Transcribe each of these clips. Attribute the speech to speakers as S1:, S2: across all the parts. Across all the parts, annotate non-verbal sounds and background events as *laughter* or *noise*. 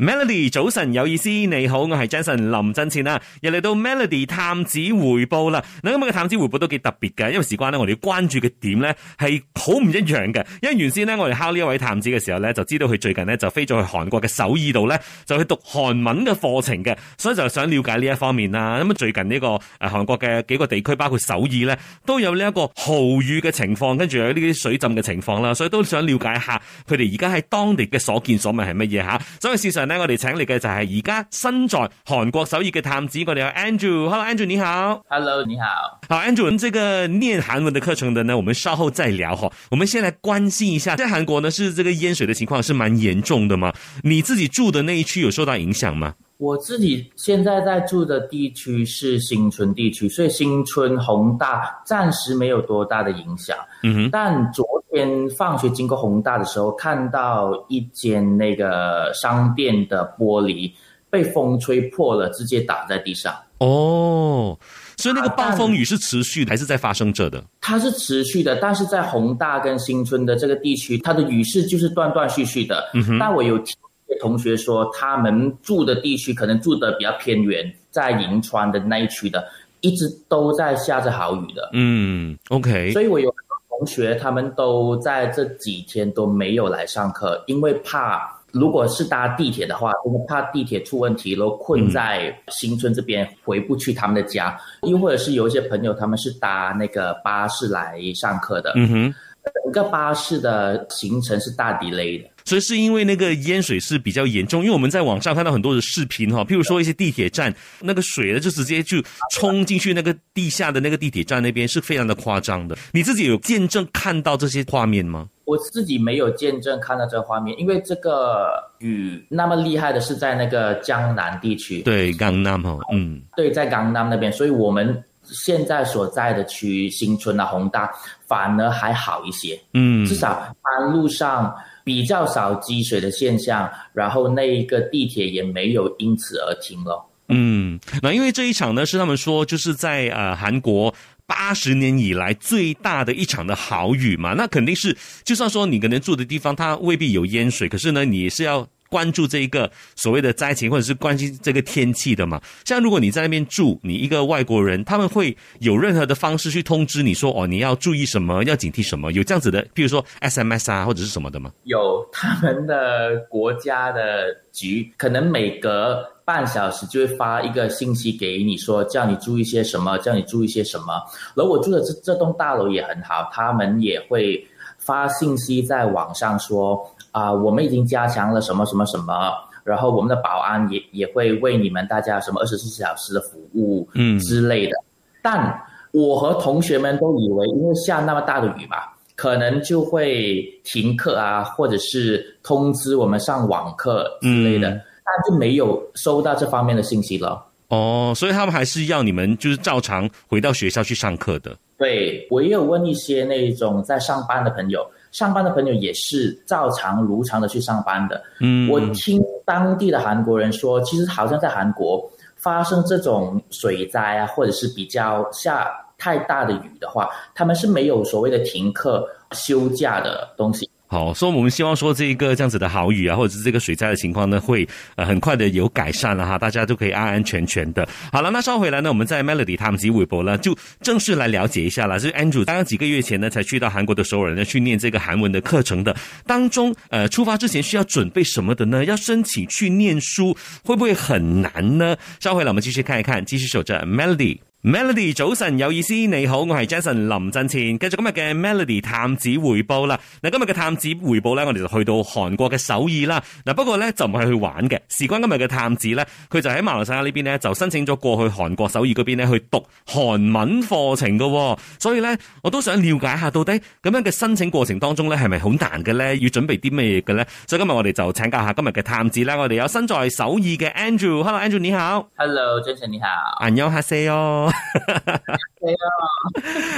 S1: Melody 早晨有意思，你好，我係 Jason 林振前啦，又嚟到 Melody 探子回報啦。嗱，今日嘅探子回報都幾特別嘅，因為事關呢，我哋要關注嘅點呢係好唔一樣嘅。因為原先呢，我哋敲呢一位探子嘅時候呢，就知道佢最近呢就飛咗去韓國嘅首爾度呢，就去讀韓文嘅課程嘅，所以就想了解呢一方面啦。咁啊，最近呢個誒韓國嘅幾個地區，包括首爾呢，都有呢一個豪雨嘅情況，跟住有呢啲水浸嘅情況啦，所以都想了解下佢哋而家喺當地嘅所見所聞係乜嘢嚇。所以事實上呢，我哋請嚟嘅就係而家身在韓國首爾嘅探子，我哋有 Andrew。Hello Andrew，你好。
S2: Hello，你好。
S1: 好，Andrew，这个念韩文的课程的呢，我们稍后再聊哈。我们先来关心一下，在韩国呢是这个淹水的情况是蛮严重的嘛？你自己住的那一区有受到影响吗？
S2: 我自己现在在住的地区是新村地区，所以新村宏大暂时没有多大的影响。
S1: 嗯哼，
S2: 但昨天放学经过宏大的时候，看到一间那个商店的玻璃被风吹破了，直接打在地上。
S1: 哦，所以那个暴风雨是持续的还是在发生着的？
S2: 它是持续的，但是在宏大跟新村的这个地区，它的雨势就是断断续续的。但我有听一些同学说，他们住的地区可能住的比较偏远，在银川的那一区的，一直都在下着好雨的。
S1: 嗯，OK，
S2: 所以我有很多同学，他们都在这几天都没有来上课，因为怕。如果是搭地铁的话，因为怕地铁出问题，然后困在新村这边回不去他们的家，又或者是有一些朋友他们是搭那个巴士来上课的，
S1: 嗯哼，
S2: 整个巴士的行程是大 delay 的。
S1: 所以是因为那个淹水是比较严重，因为我们在网上看到很多的视频哈，譬如说一些地铁站那个水呢，就直接就冲进去那个地下的那个地铁站那边，是非常的夸张的。你自己有见证看到这些画面吗？
S2: 我自己没有见证看到这个画面，因为这个雨那么厉害的是在那个江南地区，
S1: 对，刚那么嗯
S2: 对，在江南那边，所以我们现在所在的区新村啊、宏大反而还好一些。
S1: 嗯
S2: 至少山路上比较少积水的现象，然后那一个地铁也没有因此而停了。
S1: 嗯。那因为这一场呢，是他们说就是在呃韩国。八十年以来最大的一场的豪雨嘛，那肯定是，就算说你可能住的地方它未必有淹水，可是呢，你也是要关注这一个所谓的灾情，或者是关心这个天气的嘛。像如果你在那边住，你一个外国人，他们会有任何的方式去通知你说，哦，你要注意什么，要警惕什么，有这样子的，比如说 SMS 啊，或者是什么的吗？
S2: 有他们的国家的局，可能每隔半小时就会发一个信息给你说，叫你注意些什么，叫你注意些什么。然后我住的这这栋大楼也很好，他们也会发信息在网上说啊、我们已经加强了什么什么什么。然后我们的保安也也会为你们大家什么二十四小时的服务，
S1: 嗯
S2: 之类的。但我和同学们都以为，因为下那么大的雨嘛，可能就会停课啊，或者是通知我们上网课之类的，
S1: 嗯
S2: 但就没有收到这方面的信息了。
S1: 哦，所以他们还是要你们就是照常回到学校去上课的。
S2: 对我也有问一些那种在上班的朋友，上班的朋友也是照常如常的去上班的。
S1: 嗯，
S2: 我听当地的韩国人说，其实好像在韩国发生这种水灾啊，或者是比较下太大的雨的话，他们是没有所谓的停课、休假的东西。
S1: 好，所以我们希望说这一个这样子的好雨啊，或者是这个水灾的情况呢，会呃很快的有改善了哈，大家都可以安安全全的。好了，那稍回来呢，我们在 Melody 他们及微博呢，就正式来了解一下了。是 Andrew 刚刚几个月前呢，才去到韩国的首尔呢，去念这个韩文的课程的。当中呃，出发之前需要准备什么的呢？要申请去念书会不会很难呢？稍回来我们继续看一看，继续守着 Melody。Melody 早晨有意思，你好，我系 Jason 林振前，繼續今日嘅 Melody 探子回報啦。嗱，今日嘅探子回報咧，我哋就去到韓國嘅首爾啦。嗱，不過咧就唔係去玩嘅，事關今日嘅探子咧，佢就喺馬來西亞呢邊咧就申請咗過去韓國首爾嗰邊咧去讀韓文課程嘅喎，所以咧我都想了解下到底咁樣嘅申請過程當中咧係咪好難嘅咧？要準備啲咩嘢嘅咧？所以今日我哋就請教下今日嘅探子啦。我哋有身在首爾嘅 Andrew，Hello Andrew 你好。
S2: Hello，真晨你好。
S1: 안녕하세요。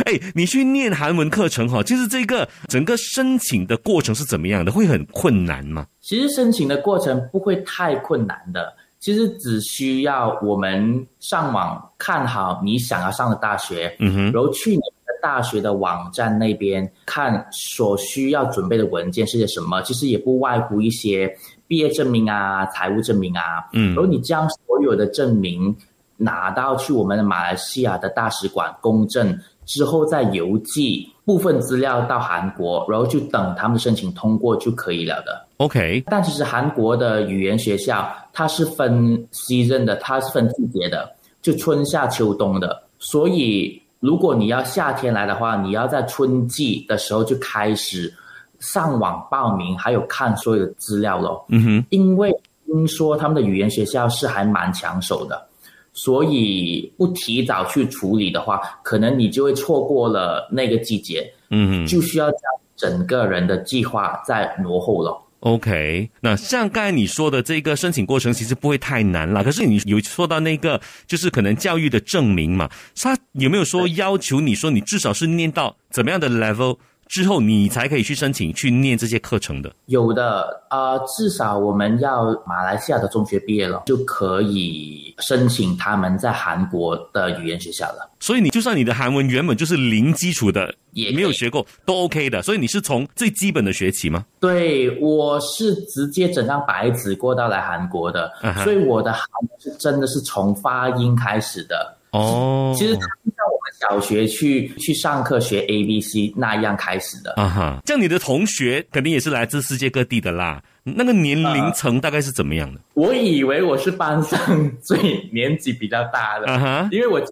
S1: 哎，你去念韩文课程哈，就是这个整个申请的过程是怎么样的？会很困难吗？
S2: 其实申请的过程不会太困难的，其实只需要我们上网看好你想要上的大学，
S1: 嗯哼，
S2: 然后去你的大学的网站那边看所需要准备的文件是些什么，其实也不外乎一些毕业证明啊、财务证明啊。
S1: 嗯
S2: 然后你将所有的证明拿到去我们的马来西亚的大使馆公证之后，再邮寄部分资料到韩国，然后就等他们申请通过就可以了的。
S1: ，OK，
S2: 但其实韩国的语言学校它是分 season 的，它是分季节的，就春夏秋冬的。所以如果你要夏天来的话，你要在春季的时候就开始上网报名，还有看所有的资料咯。
S1: 嗯哼，
S2: 因为听说他们的语言学校是还蛮抢手的，所以不提早去处理的话，可能你就会错过了那个季节，
S1: 嗯哼
S2: 就需要将整个人的计划再挪后了。
S1: ，OK。那像刚才你说的这个申请过程其实不会太难啦，可是你有说到那个就是可能教育的证明嘛，他有没有说要求你说你至少是念到怎么样的 level 之后，你才可以去申请去念这些课程的？
S2: 有的，呃，至少我们要马来西亚的中学毕业了，就可以申请他们在韩国的语言学校了。
S1: 所以你就算你的韩文原本就是零基础的，
S2: 也可以
S1: 没有学过都 OK 的，所以你是从最基本的学起吗？
S2: 对，我是直接整张白纸过到来韩国的
S1: 嗯哼
S2: 所以我的韩文是真的是从发音开始的。
S1: 哦，
S2: 其实它就像我们小学去去上课学 A B C 那样开始的。
S1: 啊哈，像你的同学肯定也是来自世界各地的啦，那个年龄层大概是怎么样的？
S2: 我以为我是班上 *laughs* 最年纪比较大的
S1: 啊 *laughs* 哈，
S2: 因为我刚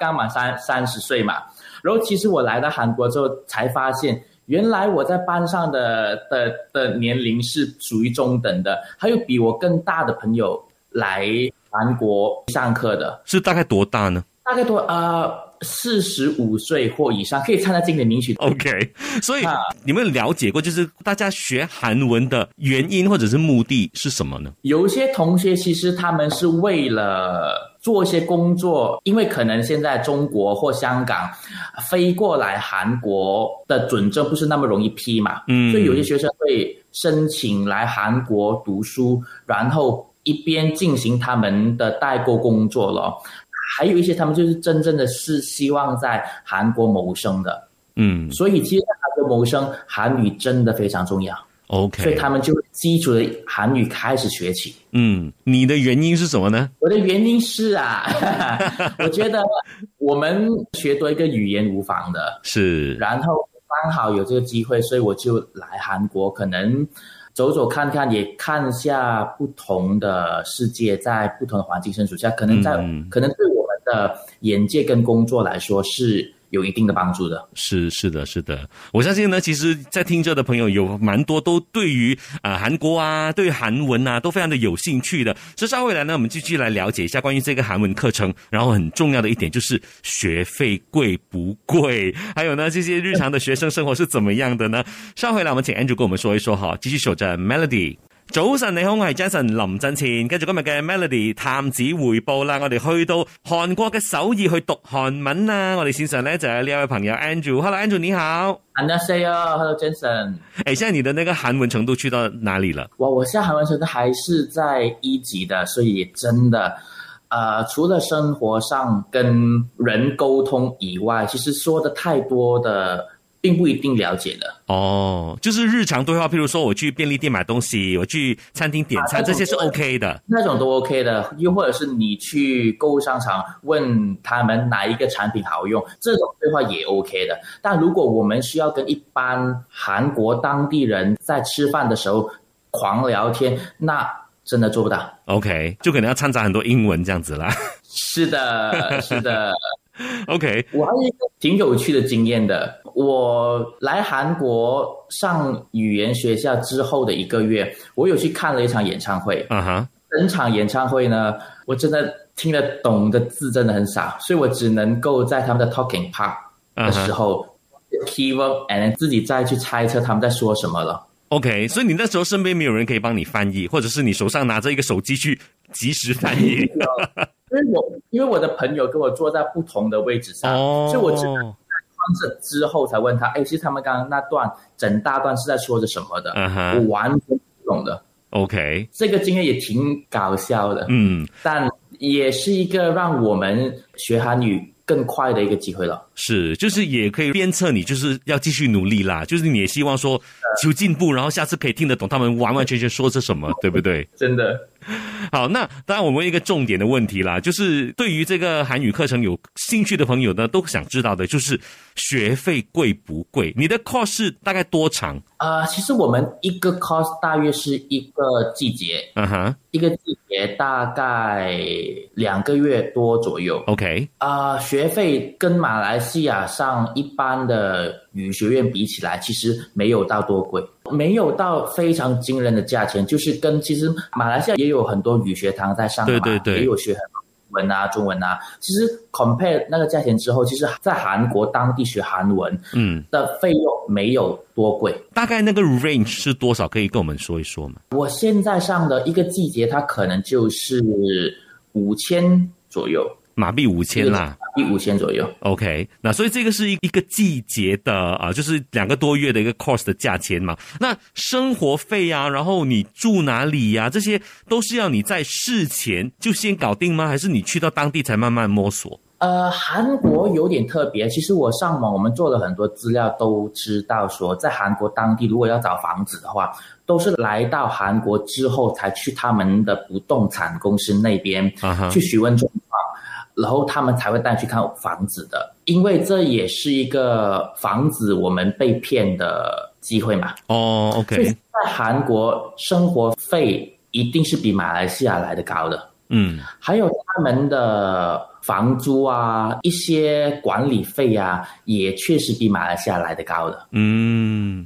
S2: 刚满三三十岁嘛，然后其实我来到韩国之后才发现，原来我在班上的的的年龄是属于中等的，还有比我更大的朋友来韩国上课的，
S1: 是大概多大呢
S2: 大概多呃四十五岁或以上可以参加经典名曲。
S1: ？OK，所以
S2: 啊
S1: 你们了解过，就是大家学韩文的原因或者是目的是什么呢？
S2: 有一些同学其实他们是为了做一些工作，因为可能现在中国或香港飞过来韩国的准证不是那么容易批嘛，
S1: 嗯
S2: 所以有些学生会申请来韩国读书，然后一边进行他们的代购工作咯。还有一些他们就是真正的是希望在韩国谋生的，
S1: 嗯
S2: 所以其实在韩国谋生，韩语真的非常重要，所以
S1: ，OK，
S2: 他们就基础的韩语开始学起。
S1: 嗯，你的原因是什么呢？
S2: 我的原因是啊， *laughs* 我觉得我们学多一个语言无妨的，
S1: 是
S2: 然后刚好有这个机会，所以我就来韩国，可能走走看看，也看一下不同的世界，在不同的环境身处下，可能在、
S1: 嗯
S2: 可能对我们的眼界跟工作来说是有一定的帮助的。
S1: 是是的，是的，我相信呢，其实，在听着的朋友有蛮多都对于啊、呃韩国啊，对于韩文啊，都非常的有兴趣的。所以稍后回来呢，我们继续来了解一下关于这个韩文课程。然后很重要的一点就是学费贵不贵， *laughs* 还有呢，这些日常的学生生活是怎么样的呢？稍后回来我们请 Andrew 跟我们说一说哈，继续守着 Melody。早晨，你好，我系 Jason 林振前，跟住今日嘅 Melody 探子回報啦，我哋去到韓國嘅首爾去讀韓文啦，我哋線上咧就有呢一位朋友 Andrew，Hello Andrew 你好，
S2: 안녕하세요，Hello Jason，
S1: 诶、現在你的那個韓文程度去到哪里了？
S2: 哇，我现在韩文程度还是在一级的，所以真的，呃，除了生活上跟人沟通以外，其实说的太多的，并不一定了解的。
S1: 哦，就是日常对話，譬如說我去便利店買東西，我去餐廳點餐，
S2: 啊
S1: 這
S2: 這種
S1: 些是 OK 的。
S2: 那种都 OK 的，又或者是你去购物商场问他们哪一个产品好用，这种对话也 OK 的。但如果我们需要跟一般韩国当地人在吃饭的时候狂聊天，那真的做不到。
S1: OK，就可能要掺杂很多英文這樣子啦。 *laughs*
S2: 是的，是的。
S1: OK，
S2: 我还有一个挺有趣的经验的。我来韩国上语言学校之后的一个月，我有去看了一场演唱会。
S1: 啊哈，
S2: 整场演唱会呢，我真的听得懂的字真的很少，所以我只能够在他们的 talking part
S1: 啊
S2: 的时
S1: 哈
S2: 候、keyword and then 自己再去猜测他们在说什么
S1: *laughs*
S2: 了。
S1: ，OK，所以你那時候身邊沒有人可以幫你翻譯，或者是你手上拿着一個手機去及時翻譯。
S2: 因为我因为我的朋友跟我坐在不同的位置上，
S1: 哦，
S2: 所以我只能放这之后才问他，哎，其实他们刚刚那段整大段是在说着什么的
S1: 嗯
S2: 我
S1: 哼
S2: 完全不懂的。
S1: ，OK，
S2: 这个经验也挺搞笑的，
S1: 嗯，
S2: 但也是一个让我们学韩语更快的一个机会了。
S1: 是，就是也可以鞭策你，就是要继续努力啦。就是你也希望说求进步，然后下次可以听得懂他们完完全全说是什么，对不对？
S2: 真的，
S1: 好，那当然我们问一个重点的问题啦，就是对于这个韩语课程有兴趣的朋友呢，都想知道的就是学费贵不贵？你的 course 是大概多长？
S2: 呃，其实我们一个 course 大约是一个季节，
S1: 嗯哼
S2: 一个季节大概两个月多左右。
S1: ，OK，
S2: 啊、学费跟马来西亚上一般的语学院比起来，其实没有到多贵，没有到非常惊人的价钱。就是跟其实马来西亚也有很多语学堂在上嘛，
S1: 对对对
S2: 也有学很多文啊、中文啊。其实 compare 那个价钱之后，其实在韩国当地学韩文
S1: 嗯，
S2: 的费用没有多贵。
S1: 大概那个 range 是多少？可以跟我们说一说吗？
S2: 我现在上的一个季节，它可能就是五千左右，
S1: 马币五千啦
S2: 一五千左右。
S1: ，OK，那所以这个是一一个季节的啊、就是两个多月的一个 course 的价钱嘛。那生活费啊，然后你住哪里呀、这些都是要你在事前就先搞定吗？还是你去到当地才慢慢摸索？
S2: 呃，韩国有点特别。其实我上网，我们做了很多资料，都知道说，在韩国当地如果要找房子的话，都是来到韩国之后才去他们的不动产公司那边
S1: 啊哈
S2: 去询问状况，然后他们才会带你去看房子的。因为这也是一个房子我们被骗的机会嘛。
S1: 哦
S2: 所
S1: ，OK，
S2: 以在韩国生活费一定是比马来西亚来的高的。
S1: 嗯
S2: 还有他们的房租啊，一些管理费啊，也确实比马来西亚来的高的。
S1: 嗯，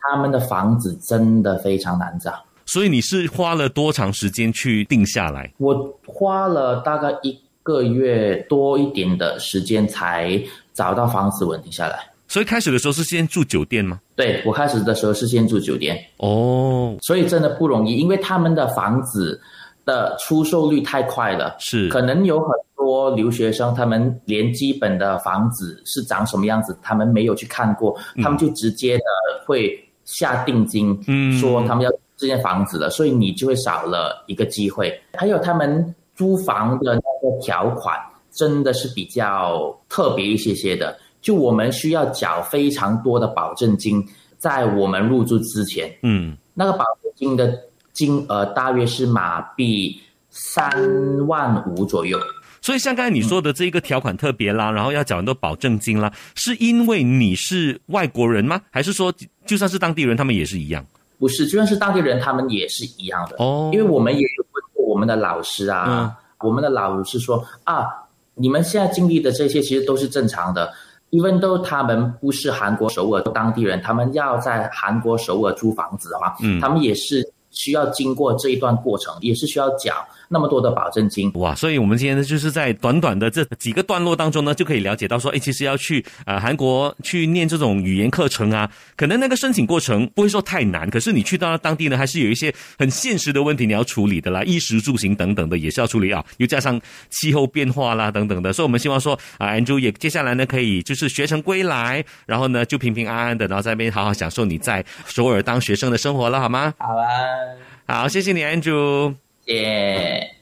S2: 他们的房子真的非常难找，
S1: 所以你是花了多长时间去定下来？
S2: 我花了大概一个月多一点的时间才找到房子稳定下来。
S1: 所以开始的时候是先住酒店吗？
S2: 对我开始的时候是先住酒店，
S1: 哦，
S2: 所以真的不容易，因为他们的房子的出售率太快了，
S1: 是，
S2: 可能有很多留学生，他们连基本的房子是长什么样子，他们没有去看过，他们就直接的会下定金，
S1: 嗯
S2: 说他们要这间房子了，所以你就会少了一个机会。还有他们租房的那个条款真的是比较特别一些些的，就我们需要缴非常多的保证金，在我们入住之前，
S1: 嗯，
S2: 那个保证金的金额大约是马币三万五左右。
S1: 所以像刚才你说的这一个条款特别啦，然后要缴很多保证金啦，是因为你是外国人吗？还是说就算是当地人，他们也是一样？
S2: 不是，就算是当地人，他们也是一样的。
S1: 哦
S2: 因为我们也有问过我们的老师
S1: 嗯
S2: 啊，我们的老师说啊，你们现在经历的这些其实都是正常的。even though 他们不是韩国首尔当地人，他们要在韩国首尔租房子的话，
S1: 嗯
S2: 他们也是需要经过这一段过程，也是需要缴那么多的保证金。
S1: 哇，所以我们今天呢，就是在短短的这几个段落当中呢，就可以了解到说，哎，其实要去呃韩国去念这种语言课程啊，可能那个申请过程不会说太难，可是你去到当地呢，还是有一些很现实的问题你要处理的啦，衣食住行等等的也是要处理啊，又加上气候变化啦等等的，所以我们希望说啊、a n d r e w 也接下来呢可以就是学成归来，然后呢就平平安安的，然后在那边好好享受你在首尔当学生的生活了，好吗？
S2: 好啊，
S1: 好，谢谢你，Andrew。
S2: 谢谢。